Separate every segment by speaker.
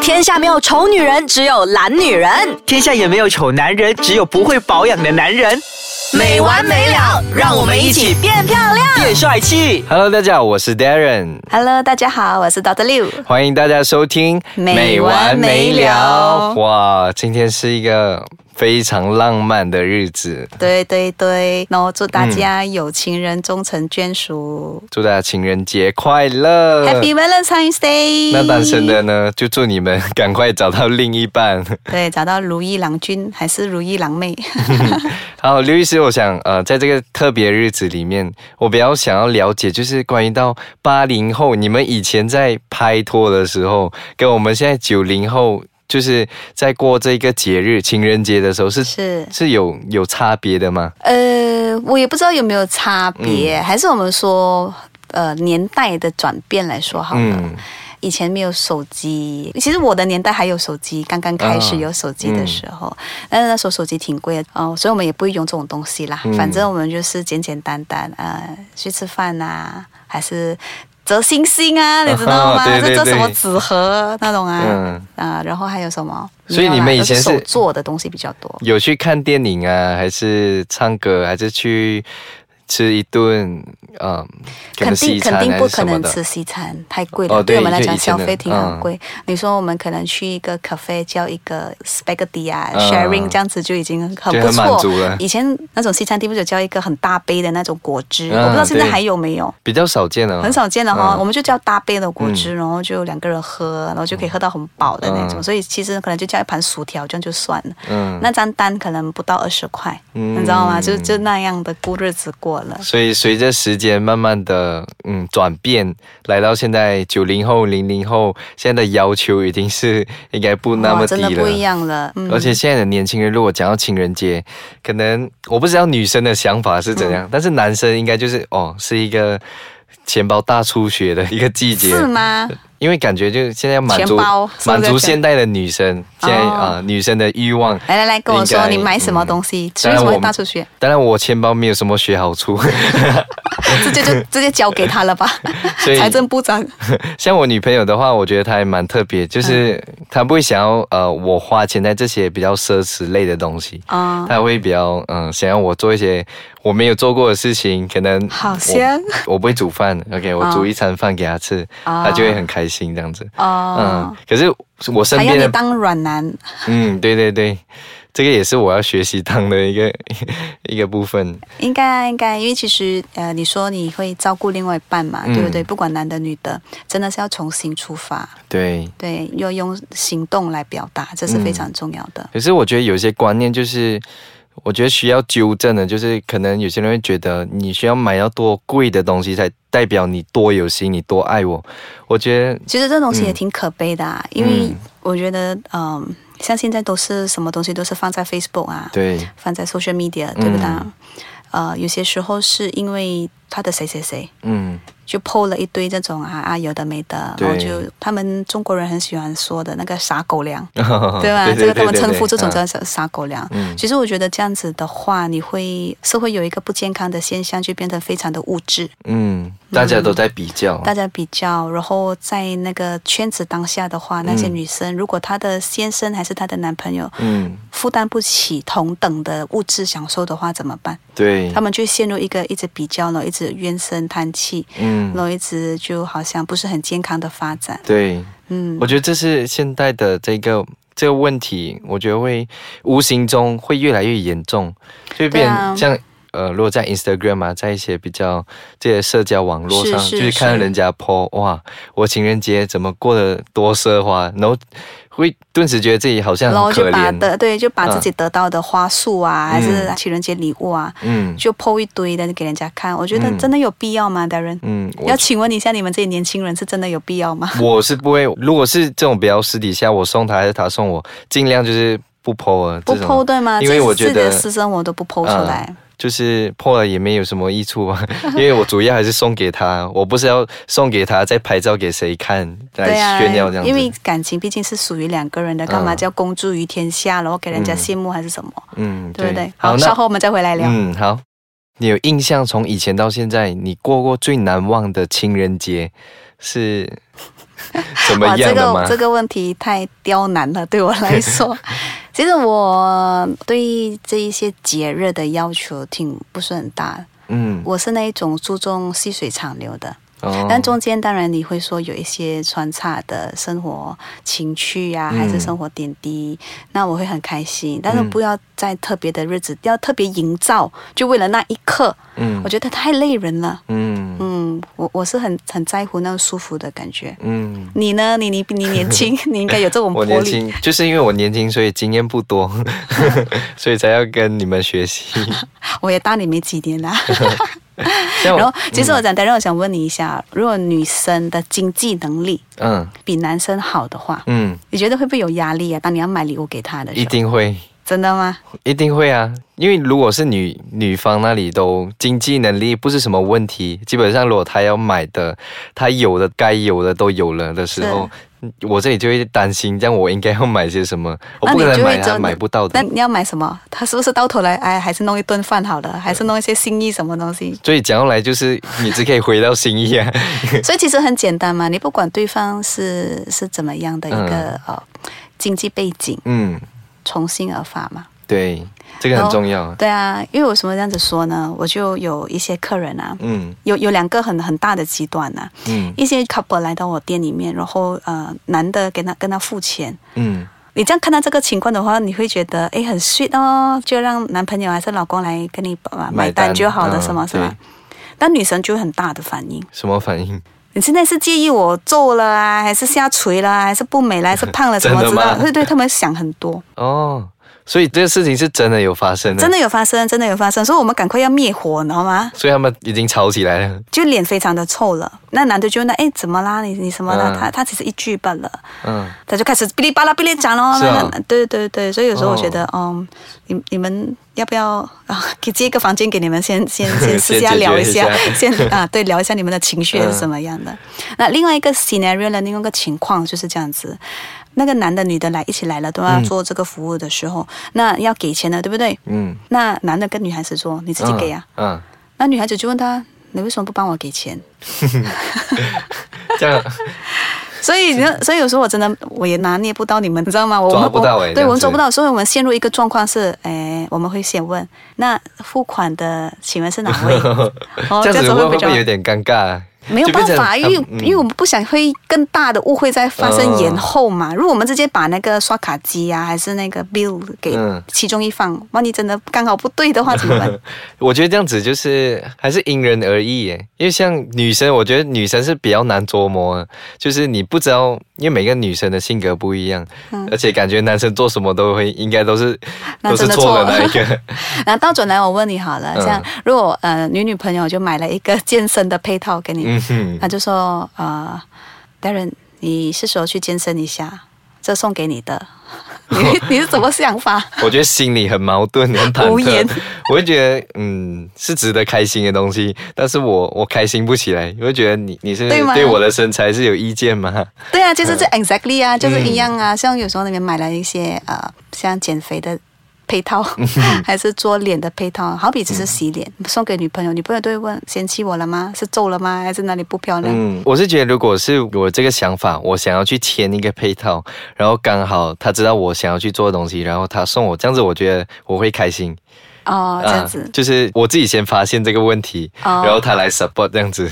Speaker 1: 天下没有丑女人，只有懒女人。
Speaker 2: 天下也没有丑男人，只有不会保养的男人。
Speaker 1: 没完没了，让我们一起变漂亮。
Speaker 2: 变帅气。
Speaker 3: Hello，大家好，我是 Darren，
Speaker 1: Hello，大家好，我是 Dr. Liu。
Speaker 3: 欢迎大家收听《
Speaker 1: 美完美了
Speaker 3: 哇，今天是一个非常浪漫的日子，
Speaker 4: 对对对，然后祝大家
Speaker 3: 嗯
Speaker 4: 有情人终成眷属、
Speaker 3: 祝大家情人节快乐
Speaker 4: h a p p y Valentine's Day。
Speaker 3: 呃那单身的呢，就祝你们赶快找到另一半。
Speaker 4: 对，找到如意郎君还是如意郎妹，
Speaker 3: 好，刘医师，我想呃，在这个特别日子里面，我比较想要了解，就是关于到八零后，你们以前在拍拖的时候，跟我们现在九零后，就是在过这个节日情人节的时候，是
Speaker 4: 是
Speaker 3: 是有有差别的吗？
Speaker 4: 呃，我也不知道有没有差
Speaker 3: 嗯
Speaker 4: 别，还是我们说呃年代的转变来说好了。
Speaker 3: 嗯
Speaker 4: 以前没有手机，其实我的年代还有手机，刚刚开始
Speaker 3: 啊嗯
Speaker 4: 有手机的时候，但是那时候手机挺贵的，哦、所以我们也不会用这种东西啦。
Speaker 3: 嗯
Speaker 4: 反正我们就是简简单单，呃，去吃饭啊，还是折星 星啊，你知道吗？
Speaker 3: 对
Speaker 4: 还是折
Speaker 3: 对
Speaker 4: 什么
Speaker 3: 对
Speaker 4: 纸盒那种啊，
Speaker 3: 嗯
Speaker 4: 啊，然后还有什么？
Speaker 3: 所以你们
Speaker 4: 没有啦
Speaker 3: 以前
Speaker 4: 都
Speaker 3: 是
Speaker 4: 手做的东西比较多。
Speaker 3: 有去看电影啊，还是唱歌，还是去吃一顿嗯，可
Speaker 4: 肯
Speaker 3: 能
Speaker 4: 定
Speaker 3: 西餐
Speaker 4: 肯定
Speaker 3: 还
Speaker 4: 不
Speaker 3: 是什
Speaker 4: 可
Speaker 3: 么
Speaker 4: 能
Speaker 3: 的
Speaker 4: 吃西餐，太贵了。
Speaker 3: 哦对
Speaker 4: 我们来
Speaker 3: 就
Speaker 4: 讲
Speaker 3: 以前
Speaker 4: 消
Speaker 3: 的
Speaker 4: 费挺很
Speaker 3: 嗯
Speaker 4: 贵。你说我们可能去一个 cafe 叫一个 spaghetti 啊、
Speaker 3: 嗯
Speaker 4: sharing 这样子就已经很
Speaker 3: 就
Speaker 4: 不
Speaker 3: 很满
Speaker 4: 错
Speaker 3: 足了
Speaker 4: 以前那种西餐厅不就叫一个很大杯的那种果汁，
Speaker 3: 嗯
Speaker 4: 我不知道现在
Speaker 3: 对
Speaker 4: 还有没有。
Speaker 3: 比较少见了，
Speaker 4: 很少见的哈、
Speaker 3: 嗯
Speaker 4: 我们就叫大杯的果汁，然后就两个人喝，然后就可以喝到很饱的那种。
Speaker 3: 嗯
Speaker 4: 所以其实可能就叫一盘薯条，这样就算了。
Speaker 3: 嗯
Speaker 4: 那张单可能不到二十块、
Speaker 3: 嗯
Speaker 4: 你知道吗？就就那样的过日子过了。
Speaker 3: 所以随着时间慢慢的嗯转变，来到现在九零后、零零后，现在的要求已经是应该不那
Speaker 4: 哇
Speaker 3: 么低
Speaker 4: 真
Speaker 3: 了。
Speaker 4: 的不一样了。嗯
Speaker 3: 而且现在的年轻人，如果讲到情人节，可能我不知道女生的想法是怎样，
Speaker 4: 嗯
Speaker 3: 但是男生应该就是哦，是一个钱包大出血的一个季节，
Speaker 4: 是吗？
Speaker 3: 因为感觉就是现在要满
Speaker 4: 钱
Speaker 3: 足
Speaker 4: 包是不
Speaker 3: 满
Speaker 4: 是
Speaker 3: 足
Speaker 4: 在
Speaker 3: 现代的女生，现在啊、
Speaker 4: 哦
Speaker 3: 呃女生的欲望。
Speaker 4: 来来来，跟我
Speaker 3: 应
Speaker 4: 说
Speaker 3: 该嗯
Speaker 4: 你买什么东西，所
Speaker 3: 当
Speaker 4: 以
Speaker 3: 然
Speaker 4: 什么
Speaker 3: 我
Speaker 4: 会大出血，
Speaker 3: 当然我钱包没有什么血好处，
Speaker 4: 直接就直接交给他了吧？
Speaker 3: 所以
Speaker 4: 财政部长
Speaker 3: 像我女朋友的话，我觉得她还蛮特别，就是
Speaker 4: 嗯
Speaker 3: 她不会想要呃我花钱在这些比较奢侈类的东西，
Speaker 4: 啊，
Speaker 3: 她会比较嗯、想要我做一些我没有做过的事情，可能
Speaker 4: 好
Speaker 3: 我
Speaker 4: 香
Speaker 3: 我不会煮饭，OK，我
Speaker 4: 啊
Speaker 3: 煮一餐饭给她吃，
Speaker 4: 啊
Speaker 3: 她就会很开心这样子。嗯
Speaker 4: 哦，，
Speaker 3: 可是我身
Speaker 4: 还要
Speaker 3: 边
Speaker 4: 你
Speaker 3: 的
Speaker 4: 当软男，
Speaker 3: 嗯，对对对，这个也是我要学习当的一个 一个部分。
Speaker 4: 应该应该，因为其实呃，你说你会照顾另外一半嘛，
Speaker 3: 嗯
Speaker 4: 对不对？不管男的女的，真的是要从心出发，
Speaker 3: 对，
Speaker 4: 对，要用行动来表达，这
Speaker 3: 嗯
Speaker 4: 是非常重要的。
Speaker 3: 可是我觉得有些观念就是，我觉得需要纠正的，就是可能有些人会觉得你需要买到多贵的东西才代表你多有心，你多爱我。我觉得，
Speaker 4: 其实这
Speaker 3: 嗯
Speaker 4: 东西也挺可悲的、啊，因为我觉得，嗯、像现在都是什么东西都是放在 Facebook 啊，
Speaker 3: 对，
Speaker 4: 放在 social media，对不对？
Speaker 3: 嗯
Speaker 4: 呃，有些时候是因为他的谁谁谁
Speaker 3: 嗯，
Speaker 4: 就 PO 了一堆这种啊啊有的没的，然后
Speaker 3: 对
Speaker 4: 就他们中国人很喜欢说的那个撒狗粮， 对吧？
Speaker 3: 啊对
Speaker 4: 这个他们
Speaker 3: 对对
Speaker 4: 称呼这种
Speaker 3: 嗯
Speaker 4: 叫撒撒狗粮。
Speaker 3: 嗯
Speaker 4: 其实我觉得这样子的话，你会社会有一个不健康的现象，就变得非常的物质，
Speaker 3: 嗯，大家都在比较，
Speaker 4: 大家比较，然后在那个圈子当下的话，那些
Speaker 3: 嗯
Speaker 4: 女生、如果她的先生还是她的男朋友。
Speaker 3: 嗯，
Speaker 4: 负担不起同等的物质享受的话怎么办？
Speaker 3: 对
Speaker 4: 他，们就陷入一个一直比较，然后一直怨声叹气，
Speaker 3: 嗯
Speaker 4: 然，后一直就好像不是很健康的发展。
Speaker 3: 对，
Speaker 4: 嗯
Speaker 3: 我，觉得这是现代的这个这个问题，我觉得会无形中会越来越严重，就
Speaker 4: 对
Speaker 3: 变
Speaker 4: 啊
Speaker 3: 像、呃，如果在 Instagram 啊，在一些比较这些社交网络上，
Speaker 4: 是是
Speaker 3: 就是看到
Speaker 4: 是
Speaker 3: 人家 po 哇，我情人节怎么过得多奢华，然后会顿时觉得自己好像
Speaker 4: 然后
Speaker 3: 很可
Speaker 4: 就把
Speaker 3: 怜，
Speaker 4: 得对，就把
Speaker 3: 嗯
Speaker 4: 自己得到的花束啊，还是情人节礼物啊，
Speaker 3: 嗯
Speaker 4: 就剖一堆的给人家看。我觉得
Speaker 3: 嗯
Speaker 4: 真的有必要吗，Darren？
Speaker 3: 嗯，我
Speaker 4: 要请问一下，你们这些年轻人是真的有必要吗？
Speaker 3: 我是不会，如果是这种比较私底下，我送他还是他送我，尽量就是不 po 啊，
Speaker 4: 不
Speaker 3: 这种
Speaker 4: 剖对吗？
Speaker 3: 因为
Speaker 4: 这
Speaker 3: 我
Speaker 4: 自己
Speaker 3: 觉得啊
Speaker 4: 的私生活都不剖出来。
Speaker 3: 就是破了也没有什么益处啊， 因为我主要还是送给他，我不是要送给他再拍照给谁看来
Speaker 4: 对啊
Speaker 3: 炫耀这样子。
Speaker 4: 因为感情毕竟是属于两个人的，干嘛
Speaker 3: 嗯
Speaker 4: 叫公诸于天下，然后给人家
Speaker 3: 嗯
Speaker 4: 羡慕还是什么，
Speaker 3: 嗯，
Speaker 4: 对不对？
Speaker 3: 好，
Speaker 4: 好，
Speaker 3: 那
Speaker 4: 稍后我们再回来聊。
Speaker 3: 嗯好，你有印 象从以前到现在，你过过最难忘的情人节是怎么样
Speaker 4: 这
Speaker 3: 的吗？
Speaker 4: 个这个问题太刁难了，对我 来说。其实我对这一些节日的要求挺不是很大，
Speaker 3: 嗯，
Speaker 4: 我是那一种注重细水长流的。
Speaker 3: 哦
Speaker 4: 但中间当然你会说有一些穿插的生活情趣呀、啊，还是
Speaker 3: 嗯
Speaker 4: 生活点滴，那我会很开心。但是
Speaker 3: 嗯
Speaker 4: 不要在特别的日子，要特别营造，就为了那一刻，
Speaker 3: 嗯
Speaker 4: 我觉得太累人了。
Speaker 3: 嗯
Speaker 4: 嗯，我我是很很在乎那种舒服的感觉。
Speaker 3: 嗯，
Speaker 4: 你呢？你你你年轻， 你应该有这种魄
Speaker 3: 我年
Speaker 4: 力。
Speaker 3: 轻，就是因为我年轻，所以经验不 多，所以才要跟你们学习。
Speaker 4: 我也大你没几 年啦。
Speaker 3: 像我
Speaker 4: 然后，其实我讲，但是我想问你一下，如果女生的经济能力
Speaker 3: 嗯
Speaker 4: 比男生好的话，
Speaker 3: 嗯，
Speaker 4: 你觉得会不会有压力啊？当你要买礼物给她的时候，
Speaker 3: 一定会。
Speaker 4: 真的吗？
Speaker 3: 一定会啊，因为如果是女女方那里都经济能力不是什么问题，基本上如果她要买的，她有的该有的都有了的时候，我这里就会担心，这样我应该要买些什么？我
Speaker 4: 那
Speaker 3: 不
Speaker 4: 你
Speaker 3: 可能
Speaker 4: 就会
Speaker 3: 买
Speaker 4: 真
Speaker 3: 她
Speaker 4: 的
Speaker 3: 买不到的。
Speaker 4: 那你要买什么？她是不是到头来，哎，还是弄一顿饭好了，还是弄一些心意什么 东西？
Speaker 3: 所以讲到来就是你只可以回到心意 啊，
Speaker 4: 所以其实很简单嘛，你不管对方是是怎么样的一个、呃经济背景，
Speaker 3: 嗯，
Speaker 4: 从心而发嘛。
Speaker 3: 对，这个很重要啊，
Speaker 4: 对啊，因为为什么这样子说呢？我就有一些客人啊，
Speaker 3: 嗯
Speaker 4: 有有两个很很大的极端呐、啊，
Speaker 3: 嗯
Speaker 4: 一些 couple 来到我店里面，然后呃，男的给他跟他付钱。
Speaker 3: 嗯
Speaker 4: 你这样看到这个情况的话，你会觉得哎很 sweet 哦，就让男朋友还是老公来跟你呃
Speaker 3: 买
Speaker 4: 买
Speaker 3: 单
Speaker 4: 单就好了，
Speaker 3: 嗯
Speaker 4: 什么什么
Speaker 3: 对。
Speaker 4: 但女生就会很大的反应，
Speaker 3: 什么反应？
Speaker 4: 你现在是介意我皱了啊，还是下垂了啊，还是不美了，还是胖了什么
Speaker 3: 真
Speaker 4: 之
Speaker 3: 的
Speaker 4: 类
Speaker 3: 吗
Speaker 4: 的？对对，他们想很多，
Speaker 3: 哦，所以这个事情是 真的有发生的，
Speaker 4: 真的，有发生，真的有发生，所以我们赶快要灭火，你知道吗？
Speaker 3: 所以他们已经吵起来了，
Speaker 4: 就脸非常的臭了。那男的就问他：“哎，怎么啦？你你什么啦？”
Speaker 3: 嗯
Speaker 4: 他他只是一句罢了，
Speaker 3: 嗯。
Speaker 4: 他就开始哔哩吧啦哔哩讲咯。
Speaker 3: 是啊
Speaker 4: 那对对对，所以有时候
Speaker 3: 哦
Speaker 4: 我觉得，嗯，你你们要不要 啊，给借一个房间给你们先先先私下
Speaker 3: 先解决
Speaker 4: 聊一下
Speaker 3: 一，
Speaker 4: 先啊对聊一下你们的情绪是什么样的。那另外一个 scenario 呢，另外一个情况就是这样子。那个男的、女的来一起来了，都要做这个服务的时候，那要给钱的，对不对？
Speaker 3: 嗯，
Speaker 4: 那男的跟女孩子说：“你自己给啊。
Speaker 3: 嗯，
Speaker 4: 那女孩子就问他：“你为什么不帮我给钱？”
Speaker 3: 嗯，这样，
Speaker 4: 所以，你看所以有时候我真的我也拿捏不到你们，你知道吗？我
Speaker 3: 抓不到
Speaker 4: 我
Speaker 3: 欸这
Speaker 4: 对，
Speaker 3: 样子
Speaker 4: 我们抓不到，所以我们陷入一个状况是，哎，我们会先问那付款的，请问是哪 位？哦
Speaker 3: 这样子会不
Speaker 4: 比
Speaker 3: 会
Speaker 4: 较
Speaker 3: 有点尴尬啊？
Speaker 4: 没有
Speaker 3: 就
Speaker 4: 办
Speaker 3: 变成
Speaker 4: 法，因为、
Speaker 3: 嗯
Speaker 4: 因为我们不想会更大的误会再发生延后
Speaker 3: 嗯
Speaker 4: 嘛。如果我们直接把那个刷卡机啊，还是那个 bill 给
Speaker 3: 嗯
Speaker 4: 其中一方，万一真的刚好不对的话怎 么办？
Speaker 3: 我觉得这样子就是还是因人而异耶，因为像女生，我觉得女生是比较难琢磨的，就是你不知道，因为每个女生的性格不一样，
Speaker 4: 嗯
Speaker 3: 而且感觉男生做什么都会，应该都是
Speaker 4: 那
Speaker 3: 都是
Speaker 4: 真的
Speaker 3: 错的
Speaker 4: 错了
Speaker 3: 那一 个，
Speaker 4: 然后倒转来，我问你好了，
Speaker 3: 嗯
Speaker 4: 像如果呃女女朋友就买了一个健身的配套给你，
Speaker 3: 嗯哼
Speaker 4: 他，就说呃，Darren，你是时候去健身一下，这送给你 的。你你是怎么想法？
Speaker 3: 我觉得心里很矛盾，很忐
Speaker 4: 无言
Speaker 3: 忑。我会觉得，嗯，是值得开心的东西，但是我我开心不起来。我会觉得你你是
Speaker 4: 对吗
Speaker 3: 对我的身材是有意见吗？
Speaker 4: 对啊，就是这
Speaker 3: 嗯
Speaker 4: exactly 啊，就是一样啊。像有时候那边买了一些呃，像减肥的配套，
Speaker 3: 嗯
Speaker 4: 还是做脸的配套，好比只是洗脸，送给女朋友，女朋友都会问：嫌弃我了吗？是皱了吗？还是哪里不漂亮？
Speaker 3: 嗯，我是觉得，如果是我这个想法，我想要去签一个配套，然后刚好他知道我想要去做的东西，然后他送我这样子，我觉得我会开心。
Speaker 4: 哦，这样子。
Speaker 3: 啊，就是我自己先发现这个问题，
Speaker 4: 哦
Speaker 3: 然后他来 support 这样子。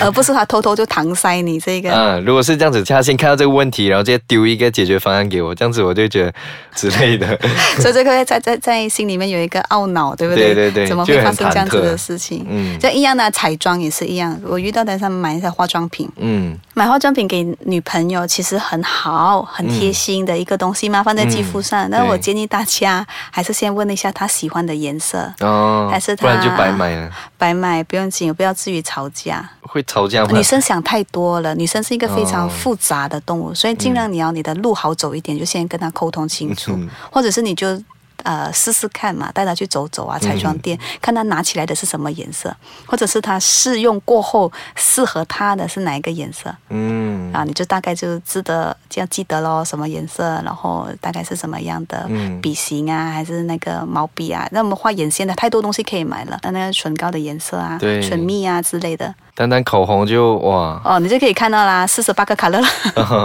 Speaker 4: 而不是他偷偷就搪塞你这个。
Speaker 3: 嗯，如果是这样子，他先看到这个问题，然后再丢一个解决方案给我，这样子我就觉得之类 的。
Speaker 4: 所以这个在在在心里面有一个懊恼，对不对？
Speaker 3: 对对对
Speaker 4: 怎么会发生这样子
Speaker 3: 就很忐忑
Speaker 4: 的事情？
Speaker 3: 嗯
Speaker 4: 这一样的彩妆也是一样，我遇到的是他们买一些化妆品，
Speaker 3: 嗯
Speaker 4: 买化妆品给女朋友其实很好、很贴心的一个东西嘛，放在肌肤上。
Speaker 3: 嗯
Speaker 4: 但我
Speaker 3: 对
Speaker 4: 建议大家还是先问一下她喜欢的颜色。
Speaker 3: 哦，
Speaker 4: 还是他
Speaker 3: 不然就白买了，
Speaker 4: 白买不用紧，不要至于吵架。
Speaker 3: 啊会吵架吗？
Speaker 4: 女生想太多了，女生是一个非常
Speaker 3: 哦
Speaker 4: 复杂的动物，所以尽量你要你的路好走一点，就先跟她沟通清楚，
Speaker 3: 嗯
Speaker 4: 或者是你就。呃，试试看嘛，带她去走走啊，
Speaker 3: 嗯
Speaker 4: 彩妆店，看她拿起来的是什么颜色，或者是她试用过后适合她的是哪一个颜色
Speaker 3: 嗯
Speaker 4: 啊？你就大概就记得，这样记得咯，什么颜色，然后大概是什么样的
Speaker 3: 嗯
Speaker 4: 笔型啊，还是那个毛笔啊？那我们画眼线的太多东西可以买了，那那个唇膏的颜色啊，
Speaker 3: 对
Speaker 4: 唇蜜啊之类的，
Speaker 3: 单单口红就 哇，
Speaker 4: 哦，你就可以看到啦，四十八个卡乐了。
Speaker 3: 啊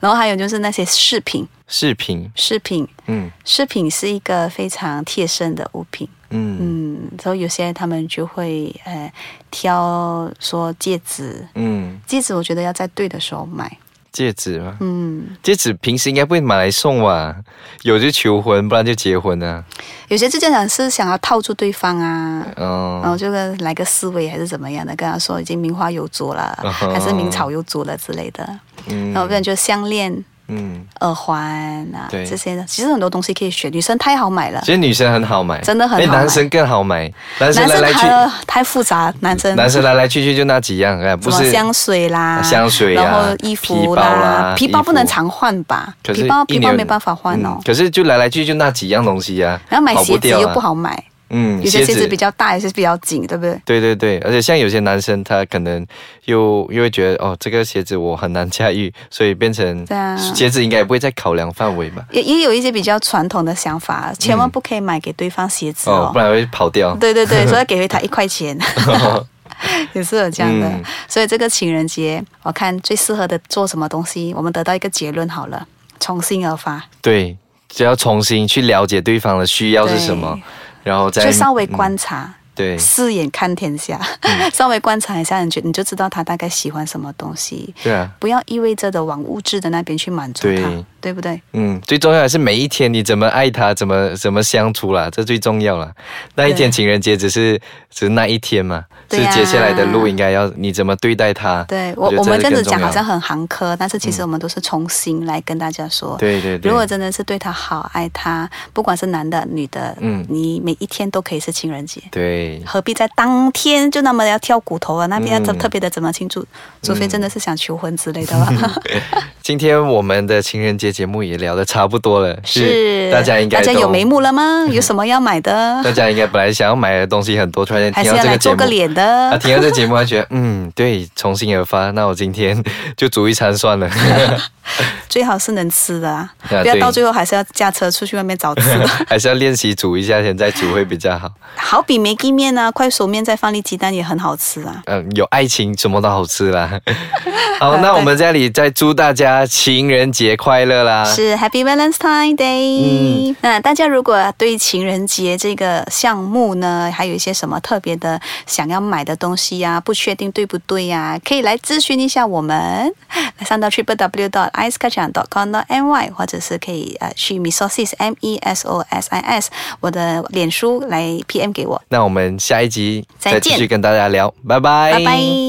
Speaker 4: 然后还有就是那些饰品，
Speaker 3: 饰品，
Speaker 4: 饰品，
Speaker 3: 嗯
Speaker 4: 饰品是一个非常贴身的物品。
Speaker 3: 嗯
Speaker 4: 嗯，然后有些他们就会呃挑说戒指，
Speaker 3: 嗯，
Speaker 4: 戒指我觉得要在对的时候买。
Speaker 3: 戒指嘛，
Speaker 4: 嗯，
Speaker 3: 戒指平时应该不会买来送吧？有就求婚，不然就结婚啊。
Speaker 4: 有些就这样是想要套住对方啊。然后
Speaker 3: 嗯，
Speaker 4: 就跟来个思维还是怎么样的，跟他说已经名花有主了，
Speaker 3: 嗯哼
Speaker 4: 还是名草有主了之类的。
Speaker 3: 嗯
Speaker 4: 然后不然就项链、
Speaker 3: 嗯，
Speaker 4: 耳环啊
Speaker 3: 对
Speaker 4: 这些的，其实很多东西可以选。女生太好买了
Speaker 3: 其，实女生很好买，
Speaker 4: 真的很好
Speaker 3: 哎
Speaker 4: 买
Speaker 3: 男生更好买，男生
Speaker 4: 男
Speaker 3: 来来
Speaker 4: 生
Speaker 3: 去，
Speaker 4: 太太复杂，男生
Speaker 3: 男生来来去去就那几样，哎，不
Speaker 4: 什么
Speaker 3: 是
Speaker 4: 香水啦，
Speaker 3: 香水啊
Speaker 4: 然后衣服
Speaker 3: 皮包啦
Speaker 4: 皮包不
Speaker 3: 衣
Speaker 4: 能
Speaker 3: 服
Speaker 4: 常换吧？
Speaker 3: 可是
Speaker 4: 皮包皮
Speaker 3: 一
Speaker 4: 包
Speaker 3: 年
Speaker 4: 没办法换哦
Speaker 3: 嗯。可是就来来去就那几样东西呀、
Speaker 4: 然后买
Speaker 3: 跑
Speaker 4: 鞋子
Speaker 3: 掉啊
Speaker 4: 又不，好买，
Speaker 3: 嗯，
Speaker 4: 有些鞋子比。较大，有些比较紧，对不对？
Speaker 3: 对对对，而且像有些男生，他可能又又会觉得哦，这个鞋子我很难驾驭，所以变成
Speaker 4: 对啊
Speaker 3: 鞋子应该也不会在考量范围吧？
Speaker 4: 也也有一些比较传统的想法，千万不可以买给对方鞋子
Speaker 3: 嗯哦
Speaker 4: 哦，
Speaker 3: 不。然会跑掉。
Speaker 4: 对对对，所以给回他一 块钱，啊也是有这样的。
Speaker 3: 嗯
Speaker 4: 所以这个情人节，我看最适合的做什么东西，我们得到一个结论好了，从心而发，
Speaker 3: 对，只要重新去了解对方的需要是什么
Speaker 4: 对，
Speaker 3: 然后再
Speaker 4: 就稍微观
Speaker 3: 嗯
Speaker 4: 察。
Speaker 3: 对，嗯
Speaker 4: 四眼看天下， 稍微观察一下，你就你就知道他大概喜欢什么东西。
Speaker 3: 对啊
Speaker 4: 不要意味着的往物质的那边去满足他，
Speaker 3: 对
Speaker 4: 对不对？
Speaker 3: 嗯，最重要的是每一天你怎么爱他，怎么怎么相处啦，这最重要啦。那一天情人节只是只是那一天嘛，
Speaker 4: 对啊
Speaker 3: 是接下来的路应该要你怎么对待他。
Speaker 4: 对我
Speaker 3: 觉得
Speaker 4: 我们这
Speaker 3: 更
Speaker 4: 样子
Speaker 3: 重要嗯
Speaker 4: 讲好像很行科，但是其实我们都是从心来跟大家说。
Speaker 3: 对对对。
Speaker 4: 如果真的是对他好、爱他，不管是男的女的，
Speaker 3: 嗯
Speaker 4: 你每一天都可以是情人节，
Speaker 3: 对
Speaker 4: 何必在当天就那么要挑骨头啊？那边要特
Speaker 3: 嗯
Speaker 4: 特别的怎么庆祝？除非真的是想求婚之类的吧。
Speaker 3: 今天我们的情人节节目也聊得差不多了，
Speaker 4: 是，
Speaker 3: 大家应该
Speaker 4: 大家有
Speaker 3: 都
Speaker 4: 眉目了吗？有什么要买 的？
Speaker 3: 大家应该本来想要买的东西很多，突然间
Speaker 4: 还是
Speaker 3: 听到
Speaker 4: 要
Speaker 3: 这
Speaker 4: 来
Speaker 3: 个节
Speaker 4: 做
Speaker 3: 目，
Speaker 4: 个脸
Speaker 3: 啊，
Speaker 4: 的。
Speaker 3: 听到这节目，他觉得 嗯，对，从心而发，那我今天就煮一餐算 了。
Speaker 4: 最好是能吃的啊，
Speaker 3: 啊
Speaker 4: 不要
Speaker 3: 对
Speaker 4: 到最后还是要驾车出去外面找吃 的。
Speaker 3: 还是要练习煮一下，先再煮会比较好。
Speaker 4: 好比梅记面啊，快手面再放粒鸡蛋也很好吃啊。
Speaker 3: 嗯，有爱情什么都好吃 啦。好，那我们这里再祝大家情人节快乐啦！
Speaker 4: 是 Happy Valentine Day。那
Speaker 3: 嗯
Speaker 4: 大家如果对情人节这个项目呢，还有一些什么特别的想要买的东西呀、不确定对不对呀、可以来咨询一下我们，上到 triple w dot i c e k a c h a n dot com dot my，或者是可以呃去 Misosis M E S O S I S 我的脸书来 PM 给我。
Speaker 3: 那我们下一集
Speaker 4: 再
Speaker 3: 再继
Speaker 4: 见
Speaker 3: 续跟大家聊，拜拜，
Speaker 4: 拜拜。